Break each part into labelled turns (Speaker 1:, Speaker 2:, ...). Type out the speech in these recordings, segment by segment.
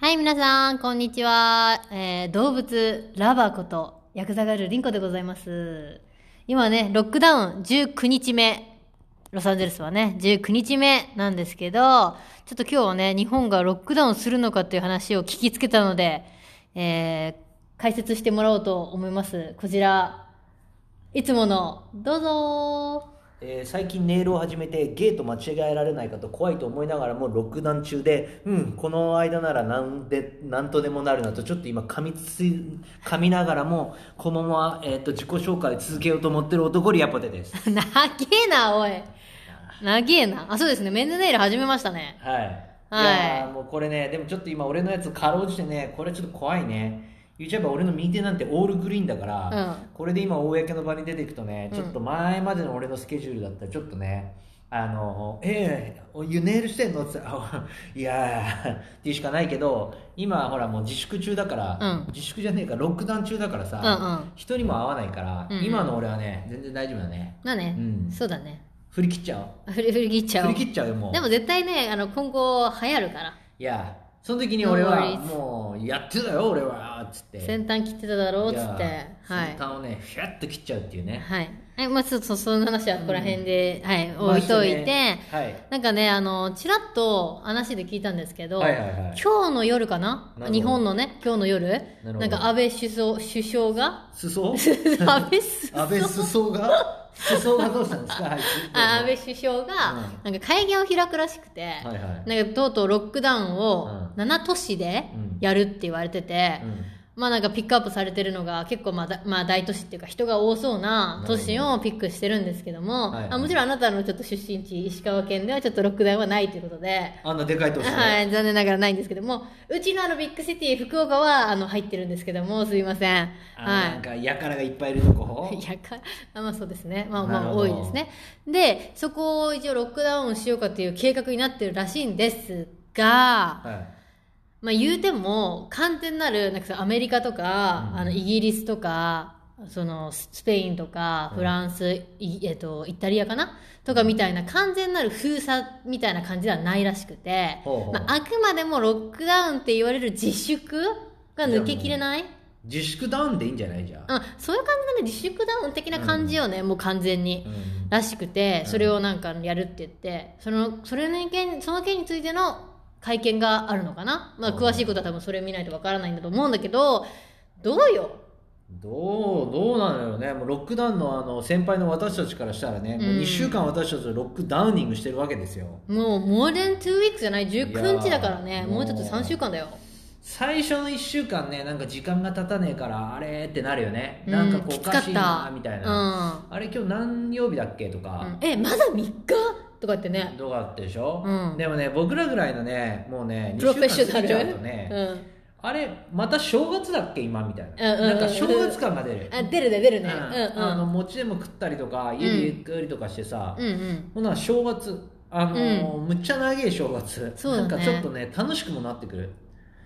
Speaker 1: はい、皆さん、こんにちは。えー動物ラバーこと、ヤクザガールリンコでございます。今ね、ロックダウン19日目。ロサンゼルスはね、19日目なんですけど、ちょっと今日はね、日本がロックダウンするのかという話を聞きつけたので、えー解説してもらおうと思います。こちら、いつもの、どうぞ
Speaker 2: えー最近ネイルを始めてゲート間違えられないかと怖いと思いながらもロックダウン中でうんこの間ならなんでなんとでもなるなとちょっと今噛みつい噛みながらもこのまま、えー、と自己紹介を続けようと思ってる男リアポテです
Speaker 1: ー。なげえな、おい。なげえな。あ、そうですね、メンズネイル始めましたね。
Speaker 2: はい
Speaker 1: はい
Speaker 2: やーもうこれねでもちょっと今俺のやつかろうじてねこれちょっと怖いね言っちゃえば俺の右手なんてオールグリーンだから、
Speaker 1: う
Speaker 2: これで今公の場に出ていくとねちょっと前までの俺のスケジュールだったらちょっとねあの「ええー、ユネイルしてんの?」って言ったら あ「いやー」っていうしかないけど今ほらもう自粛中だから、
Speaker 1: うん
Speaker 2: 自粛じゃねえかロックダウン中だからさ、
Speaker 1: うんうん
Speaker 2: 人にも会わないから、
Speaker 1: うんうん
Speaker 2: 今の俺はね全然大丈夫だね
Speaker 1: なね、
Speaker 2: うん
Speaker 1: そうだね。
Speaker 2: 振り切っちゃ
Speaker 1: 振り振り切っち
Speaker 2: おう
Speaker 1: ゃお
Speaker 2: 振
Speaker 1: う
Speaker 2: り切っちゃうよもう
Speaker 1: でも絶対ねあの今後流行るから
Speaker 2: いやその時に俺は
Speaker 1: No worries
Speaker 2: もうやってたよ俺はっつって
Speaker 1: 先端切ってただろうっつって
Speaker 2: いや
Speaker 1: はい
Speaker 2: 先端をねヒュッと切っちゃうっていうね
Speaker 1: はい、はい、まあちょっとそその話はここら辺で、はい置いといて、
Speaker 2: まあ はい
Speaker 1: なんかねあのちらっと話で聞いたんですけど、
Speaker 2: はいはいはい
Speaker 1: 今日の夜かな
Speaker 2: なるほど
Speaker 1: 日本のね今日の夜
Speaker 2: ほ
Speaker 1: な
Speaker 2: ど
Speaker 1: んか安倍首相首相 が
Speaker 2: 裾
Speaker 1: 安倍す
Speaker 2: 安倍裾が裾がどうしたんですかはい
Speaker 1: あ安倍首相が、なんか会議を開くらしくて、
Speaker 2: はいはい
Speaker 1: なんかとうとうロックダウンを
Speaker 2: う
Speaker 1: 7都市でやるって言われてて、まあなんかピックアップされてるのが結構まあだ、まあ、大都市っていうか人が多そうな都市をピックしてるんですけども、
Speaker 2: はいはい
Speaker 1: あもちろんあなたのちょっと出身地石川県ではちょっとロックダウンはないということで、
Speaker 2: うんあんなでかい年
Speaker 1: は
Speaker 2: で
Speaker 1: い、残念ながらないんですけどもうちのあのビッグシティ福岡はあの入ってるんですけどもすいません。
Speaker 2: あ
Speaker 1: は
Speaker 2: なん
Speaker 1: い
Speaker 2: かやからがいっぱいいるとこ
Speaker 1: いやかあまあそうですねまあま
Speaker 2: なる
Speaker 1: あ
Speaker 2: ほ
Speaker 1: 多
Speaker 2: ど
Speaker 1: いですねでそこを一応ロックダウンしようかという計画になってるらしいんですが、
Speaker 2: はい
Speaker 1: まあ、言うても完全なるなんかさアメリカとか、
Speaker 2: うん
Speaker 1: あのイギリスとかそのススペインとかフランス、いえっと、イタリアかなとかみたいな完全なる封鎖みたいな感じではないらしくて、
Speaker 2: ほうほう
Speaker 1: まあ、あくまでもロックダウンって言われる自粛が抜けきれない
Speaker 2: 自粛ダウンでいいんじゃないじゃあ
Speaker 1: うん、そういう感じなんで自粛ダウン的な感じよね、もう完全に。
Speaker 2: うん
Speaker 1: らしくて
Speaker 2: うん
Speaker 1: それをなんかやるって言ってそのそれの件その件についての会見があるのかな、まあ、
Speaker 2: うん
Speaker 1: 詳しいことは多分それ見ないとわからないんだと思うんだけどどうよ
Speaker 2: どうどうなのよねもうロックダウンのあの先輩の私たちからしたらね、も
Speaker 1: う
Speaker 2: う
Speaker 1: ん
Speaker 2: 2週間私たちはロックダウニングしてるわけですよ
Speaker 1: もうモーデン 2weeks じゃない19日だから
Speaker 2: い
Speaker 1: ね
Speaker 2: やー
Speaker 1: もうちょっと3週間だよ
Speaker 2: 最初の1週間ねなんか時間が経たねえからあれってなるよね、
Speaker 1: うん
Speaker 2: なんかこう
Speaker 1: き
Speaker 2: お
Speaker 1: つか
Speaker 2: か
Speaker 1: っ
Speaker 2: しい
Speaker 1: た
Speaker 2: なみたいな、あれ今日何曜日だっけと
Speaker 1: うんう
Speaker 2: か
Speaker 1: ん、えまだ3日とかってね
Speaker 2: どうかあったでしょ、
Speaker 1: うん
Speaker 2: でもね僕らぐらいのねもうね
Speaker 1: プロフェッショナ
Speaker 2: 二
Speaker 1: ル
Speaker 2: 週間過ぎちゃうとね、
Speaker 1: う
Speaker 2: あれまた正月だっけ今みたい
Speaker 1: うん
Speaker 2: な、
Speaker 1: うんうん
Speaker 2: なんか正月感が出る
Speaker 1: ん、あ出るね出る
Speaker 2: うん
Speaker 1: ねうん
Speaker 2: あ
Speaker 1: う
Speaker 2: の
Speaker 1: ん
Speaker 2: 餅でも食ったりとか家でゆっくりとかしてさ、
Speaker 1: うんうん
Speaker 2: ほな正月あのーむっちゃ長い正月
Speaker 1: そうだね
Speaker 2: なんかちょっとね楽しくもなってくる、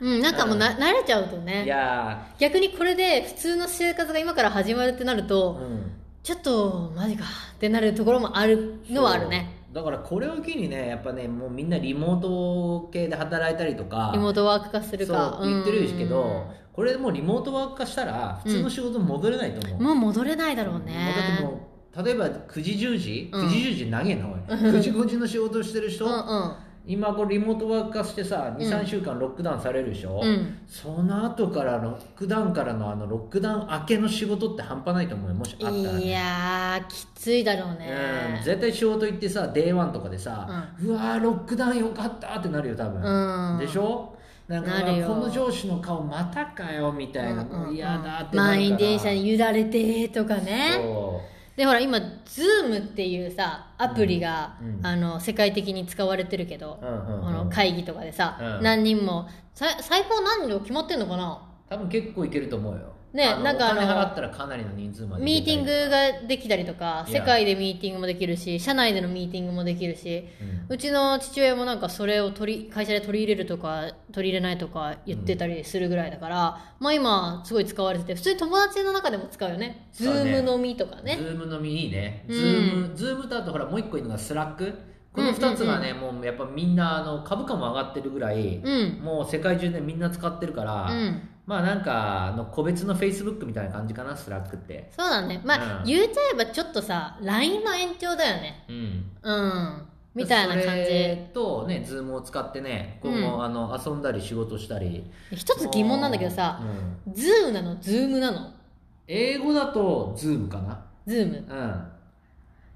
Speaker 1: うん、なんかもうな慣れちゃうと
Speaker 2: い
Speaker 1: ね
Speaker 2: や
Speaker 1: 逆にこれで普通の生活が今から始まるってなると、
Speaker 2: ー、うん、
Speaker 1: ちょっとマジかってなるところもあるのはあるね
Speaker 2: そうだからこれを機にねやっぱねもうみんなリモート系で働いたりとか
Speaker 1: リモートワーク化するか
Speaker 2: そう言ってるんですけど、
Speaker 1: うん
Speaker 2: これでもうリモートワーク化したら普通の仕事に戻れないと思う、
Speaker 1: もう戻れないだろう
Speaker 2: もうだって
Speaker 1: ね
Speaker 2: もう例えば9時10時、
Speaker 1: うん
Speaker 2: 9時10時長えなおい9時5時の仕事をしてる人、
Speaker 1: うんうん
Speaker 2: 今これリモートワーク化してさ
Speaker 1: うん
Speaker 2: 23週間ロックダウンされるでしょ、
Speaker 1: うん
Speaker 2: その後からロックダウンからのあのロックダウン明けの仕事って半端ないと思うよもしあったら、ね、
Speaker 1: いやーきついだろう
Speaker 2: う
Speaker 1: ね
Speaker 2: ん、絶対仕事行ってさ Day1 とかでさ、うわーロックダウンよかったってなるよ多分、
Speaker 1: うん
Speaker 2: でしょなんか
Speaker 1: なるよ
Speaker 2: この上司の顔またかよみたいな、もう嫌だってなるから
Speaker 1: 満員電車に揺られてとかね
Speaker 2: そ
Speaker 1: でほら今 Zoom っていうさアプリが、
Speaker 2: うんうん
Speaker 1: あの世界的に使われてるけど、
Speaker 2: う、うんうん
Speaker 1: あ
Speaker 2: うん
Speaker 1: の会議とかでさ、
Speaker 2: うん
Speaker 1: 何人もさ最高何人でも決まってんのかな
Speaker 2: 多分結構いけると思うよ
Speaker 1: ね
Speaker 2: あの
Speaker 1: なんかあの
Speaker 2: お金払ったらかなりの人数まで
Speaker 1: ミー
Speaker 2: 行け
Speaker 1: テ
Speaker 2: たり
Speaker 1: ィン
Speaker 2: とか
Speaker 1: グができたりとか、
Speaker 2: い
Speaker 1: 世
Speaker 2: や
Speaker 1: 界でミーティングもできるし、社内でのミーティングもできるし、
Speaker 2: うん
Speaker 1: うちの父親もなんかそれを取り、会社で取り入れるとか、取り入れないとか言ってたりするぐらいだから、まあ今すごい使われてて、普通に友達の中でも使うよね。ズ
Speaker 2: 使うね
Speaker 1: ームのみとかね
Speaker 2: ズ。ームのみいいね。
Speaker 1: うん
Speaker 2: ズーム、ズームとあとほらもう一個いるのがスラック。この二つがね、もうやっぱみんなあの株価も上がってるぐらい、
Speaker 1: うん。
Speaker 2: もう世界中でみんな使ってるから、
Speaker 1: うん。
Speaker 2: まあなんかあの個別の Facebook みたいな感じかな、スラックって。
Speaker 1: そうだね。まあ、
Speaker 2: うん
Speaker 1: 言うちゃえばちょっとさ、LINE の延長だよね。
Speaker 2: うん。
Speaker 1: うん。みたいな感
Speaker 2: そ
Speaker 1: じ。
Speaker 2: れとね、ズームを使ってね、今後、
Speaker 1: うん
Speaker 2: あの遊んだり仕事したり。
Speaker 1: 一つ疑問なんだけどさ、
Speaker 2: うん
Speaker 1: ズームなのズームなの
Speaker 2: 英語だとズームかな。
Speaker 1: ズーム。
Speaker 2: うん。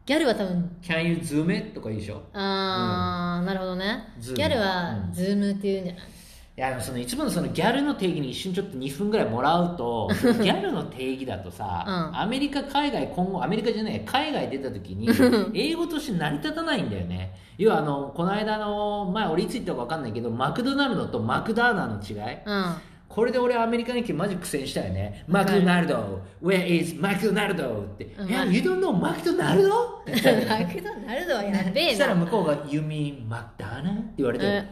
Speaker 1: ギャルは多分
Speaker 2: Can you zoom it? とかいいでしょ。
Speaker 1: あー、なるほどね。ギ
Speaker 2: ズーム
Speaker 1: ャルは
Speaker 2: う、ん
Speaker 1: ズームって言うんじゃない、
Speaker 2: いやでもその一番そのギャルの定義に一瞬ちょっと2分ぐらいもら うとギャルの定義だとさ、
Speaker 1: うん
Speaker 2: アメリカ海外今後アメリカじゃない海外出た時に英語として成り立たないんだよね要はあのこの間の前俺いつ言ったか分かんないけどマクドナルドとマクダーナの違いこれで俺アメリカに来てマジ苦戦したよねマクドナルド Where is マクドナルドって「
Speaker 1: うん
Speaker 2: Yeah, You don't know マクドナルド?」って言ったよ
Speaker 1: う
Speaker 2: ね
Speaker 1: ん。マクドナルドはやべえ
Speaker 2: したら
Speaker 1: な。
Speaker 2: 向こうが「You mean マクダーナ?」って言われて、
Speaker 1: うん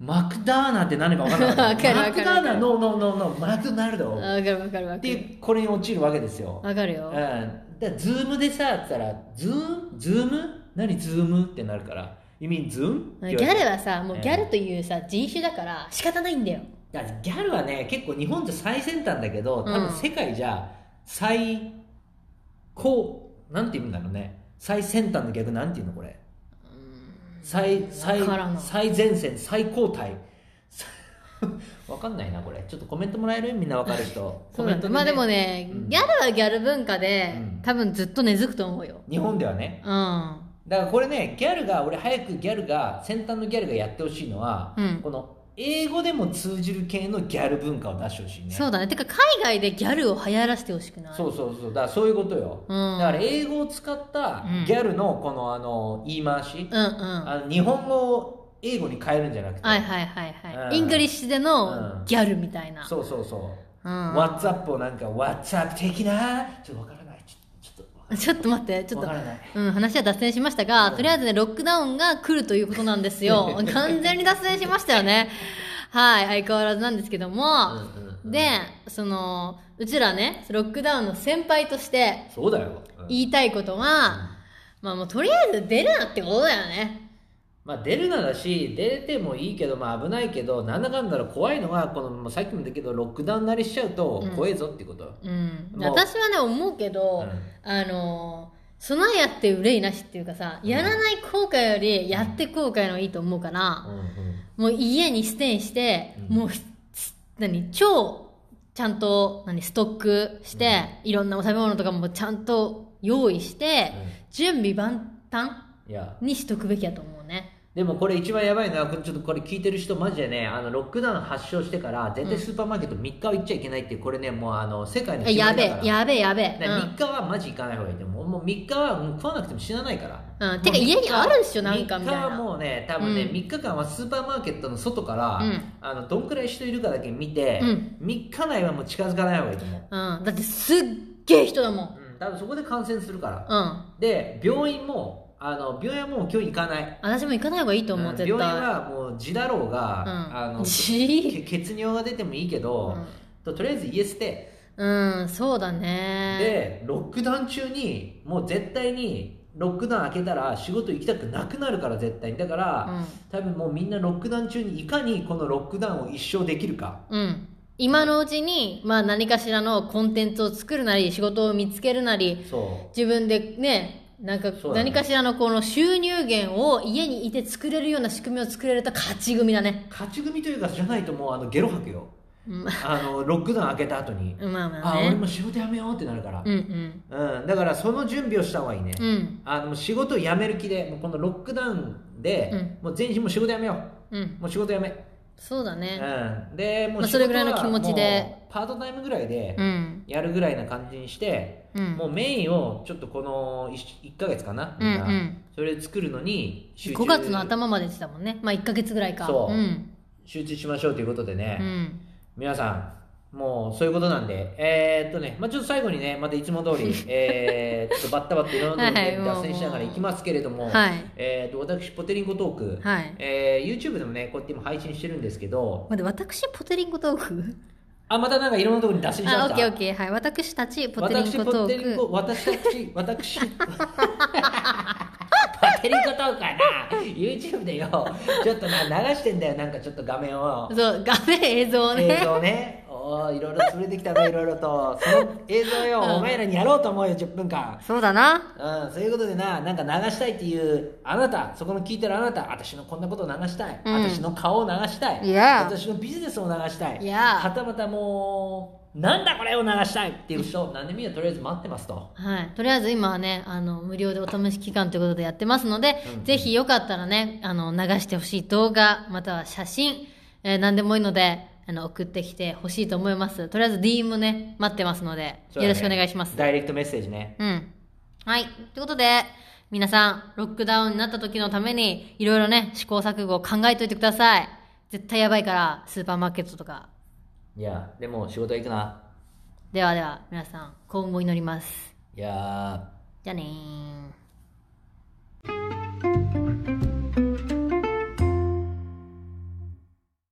Speaker 2: マクダーナって何か分からなかっ
Speaker 1: わかる
Speaker 2: た
Speaker 1: わ
Speaker 2: マ
Speaker 1: か
Speaker 2: ク
Speaker 1: る
Speaker 2: ダーナノーノーノーノーマクドナルド
Speaker 1: あ
Speaker 2: っ
Speaker 1: わかるわかるわか
Speaker 2: て
Speaker 1: る。
Speaker 2: いうこれに陥るわけですよ、
Speaker 1: わかる
Speaker 2: うん、
Speaker 1: よ。
Speaker 2: だからズームでさっつったら「ズームズーム何ズーム?」ってなるから「You mean ズーム?」
Speaker 1: ギャルはさ、もう
Speaker 2: ええ
Speaker 1: ギャルというさ、人種だから仕方ないんだよ。
Speaker 2: だからギャルはね結構日本じゃ最先端だけど
Speaker 1: う
Speaker 2: 多
Speaker 1: ん
Speaker 2: 分世界じゃ最高、なんて言うんだろうね最先端の逆なんて言うのこれ最最
Speaker 1: わからん
Speaker 2: 最前線最後退さ わかんないなこれちょっとコメントもらえるみんなわかる人
Speaker 1: そ
Speaker 2: コ
Speaker 1: う
Speaker 2: メ
Speaker 1: だ
Speaker 2: ン
Speaker 1: ね
Speaker 2: ト
Speaker 1: まあでも
Speaker 2: ね
Speaker 1: ね、
Speaker 2: うん
Speaker 1: ギャルはギャル文化で、
Speaker 2: うん
Speaker 1: 多分ずっと根付くと思うよ。
Speaker 2: 日本ではね
Speaker 1: うん。
Speaker 2: だからこれねギャルが俺早くギャルが先端のギャルがやってほしいのは、
Speaker 1: うん
Speaker 2: この英語でも通じる系のギャル文化を出してほしいね
Speaker 1: そうだね。てか海外でギャルを流行らせてほしくない
Speaker 2: そうそうそうだからそういうことよ、
Speaker 1: うん
Speaker 2: だから英語を使った
Speaker 1: うん
Speaker 2: ギャルのこのあの言い回し、
Speaker 1: うんうん。
Speaker 2: あの日本語を英語に変えるんじゃなくて、
Speaker 1: はいはいはいは
Speaker 2: う
Speaker 1: い。イ
Speaker 2: ん
Speaker 1: ングリッシュで
Speaker 2: う
Speaker 1: の
Speaker 2: ん
Speaker 1: ギャルみたいな。
Speaker 2: そうそうそう、
Speaker 1: うん
Speaker 2: WhatsApp をなんか WhatsApp 的なちょっとわからないちょちょっとわか
Speaker 1: ちょっと待って、ちょっ
Speaker 2: わ
Speaker 1: と
Speaker 2: からない。
Speaker 1: うん、話は脱線しましたが、とりあえずね、ロックダウンが来るということなんです よ。完全に脱線しましたよね。はい、相変わらずなんですけども。
Speaker 2: うんうんうん
Speaker 1: で、その、うちらね、ロックダウンの先輩として
Speaker 2: そうだよ、うん
Speaker 1: 言いたいことは、まあもうとりあえず出るなってことだよね。
Speaker 2: まあ出るなだし出てもいいけどまあ危ないけどなんだかんだろう怖いのがこのもうさっきも言ったけどロックダウン慣れしちゃうと
Speaker 1: うん
Speaker 2: 怖えぞっていうこと、
Speaker 1: うん。
Speaker 2: もう
Speaker 1: 私はね、思うけど、
Speaker 2: う
Speaker 1: あの、備えやって憂いなしっていうかさ、やらない後悔よりやって後悔のいいと思うから、
Speaker 2: うんうん
Speaker 1: もう家にステイして、
Speaker 2: うん
Speaker 1: もうひ、す何、超、ちゃんと、何、ストックして、いろんなお食べ物とかもちゃんと用意して、
Speaker 2: うん
Speaker 1: 準備万端
Speaker 2: いや
Speaker 1: にしとくべきやと思うね。
Speaker 2: でもこれ一番やばいのはこれちょっとこれ聞いてる人マジでねあのロックダウン発症してから絶対スーパーマーケット3日は行っちゃいけないっていうこれねもうあの世界の
Speaker 1: え
Speaker 2: 決ま
Speaker 1: や
Speaker 2: り
Speaker 1: べ
Speaker 2: だか
Speaker 1: え
Speaker 2: ら、
Speaker 1: やべえ、やべえ。うん
Speaker 2: 3日はマジ行かない方がいいと思うもう3日はもう食わなくても死なないから
Speaker 1: うん、てか家にあるっしょ、なんかみたい
Speaker 2: 3日は
Speaker 1: な。
Speaker 2: もうね多分ね、
Speaker 1: うん
Speaker 2: 3日間はスーパーマーケットの外から、
Speaker 1: うん
Speaker 2: あのどんくらい人いるかだけ見て、
Speaker 1: うん
Speaker 2: 3日内はもう近づかない方がいいと思う、
Speaker 1: うん。だってすっげえ人だもん。
Speaker 2: うん、多分そこで感染するから、
Speaker 1: うん。
Speaker 2: で病院もあの病院はもう今日行かない
Speaker 1: 私も行かない方がいいと思う、
Speaker 2: ん
Speaker 1: 絶対。
Speaker 2: 病院はもう痔だろうが、あ
Speaker 1: う
Speaker 2: の
Speaker 1: ん。じ
Speaker 2: け血尿が出てもいいけど、
Speaker 1: うん
Speaker 2: ととりあえず家捨て
Speaker 1: うん、そうだね。
Speaker 2: でロックダウン中にもう絶対にロックダウン開けたら仕事行きたくなくなるから絶対にだから、多分もうみんなロックダウン中にいかにこのロックダウンを一生できるか
Speaker 1: うん。今のうちに、まあ何かしらのコンテンツを作るなり、仕事を見つけるなり、
Speaker 2: そ
Speaker 1: 自分でね、なんか
Speaker 2: そうだね
Speaker 1: 何かしらのこの収入源を家にいて作れるような仕組みを作れると勝ち組だね
Speaker 2: う。勝ち組というかじゃないともうあのゲロ吐くよ
Speaker 1: うんま
Speaker 2: あのロックダウン開けた後に、
Speaker 1: あまあ
Speaker 2: あ俺
Speaker 1: ね。
Speaker 2: も仕事やめようってなるから
Speaker 1: う、ん
Speaker 2: うんだからその準備をした方がいいね、
Speaker 1: うん。うん。
Speaker 2: あのもう仕事を辞める気でもうこのロックダウンで、もう全員もう仕事辞めよ
Speaker 1: うん
Speaker 2: う。もう仕事辞め
Speaker 1: そうだね。
Speaker 2: うん、でも
Speaker 1: まあ
Speaker 2: う
Speaker 1: それぐらいの気持ちで
Speaker 2: 仕事はもうパートタイムぐらいで
Speaker 1: うん。
Speaker 2: やるぐらいな感じにして、
Speaker 1: うん
Speaker 2: も。うメインをちょっとこの 1, 1ヶ月かな
Speaker 1: うん
Speaker 2: みんな、
Speaker 1: うん
Speaker 2: それ作るのに集中
Speaker 1: 5月の頭までってたもんね。まあ1ヶ月ぐらいか。
Speaker 2: そう
Speaker 1: うん。
Speaker 2: 集中しましょうということでね、
Speaker 1: うん。
Speaker 2: 皆さんもうそういうことなんで、えーっとね、まあ、ちょっと最後にね、またいつも通り、 えー、ちょっとバッタバッタいろんなところ
Speaker 1: は
Speaker 2: で
Speaker 1: いもう
Speaker 2: 脱線しながら行きますけれども、
Speaker 1: はい
Speaker 2: えーっと私、ポテリンゴトーク、
Speaker 1: はい
Speaker 2: えー、YouTube でもね、こうやって今配信してるんですけど、
Speaker 1: 待って私ポテリンゴトー ク
Speaker 2: あ、またなんかいろんなところに脱線しち
Speaker 1: あ
Speaker 2: ゃ
Speaker 1: オ
Speaker 2: った。
Speaker 1: ッケーオッケーはい私たちポテリン
Speaker 2: 私
Speaker 1: ゴト
Speaker 2: ポテリ
Speaker 1: ーク
Speaker 2: ンゴ私私私 ポテリンゴトークはな YouTube でよちょっとな流してんだよなんかちょっと画面を
Speaker 1: そう画面映像をね
Speaker 2: 映像ねおーいろいろ連れてきたないろいろとその映像よ
Speaker 1: うん
Speaker 2: お前らにやろうと思うよ10分間
Speaker 1: そうだな
Speaker 2: うん、そういうことでな、なんか流したいっていう、あなた、そこの聞いてるあなた、私のこんなことを流したい、
Speaker 1: うん
Speaker 2: 私の顔を流したい、
Speaker 1: Yeah
Speaker 2: 私のビジネスを流したい、
Speaker 1: Yeah
Speaker 2: はたまたもう、なんだこれを流したいっていう人、何でもいいよ、とりあえず待ってますと。
Speaker 1: はい、とりあえず今はねあの無料でお試し期間ということでやってますので、
Speaker 2: うん
Speaker 1: ぜひよかったらねあの流してほしい動画または写真、えー何でもいいのであの送ってきてほしいと思いますとりあえず DM ね待ってますので、
Speaker 2: そうだね
Speaker 1: よろしくお願いします
Speaker 2: ダイレクトメッセージね。
Speaker 1: うんはいということで皆さんロックダウンになった時のためにいろいろね試行錯誤を考えておいてください絶対やばいからスーパーマーケットとか
Speaker 2: いや、でも仕事行くな。
Speaker 1: ではでは皆さん今後祈ります
Speaker 2: いやー。
Speaker 1: じゃあねー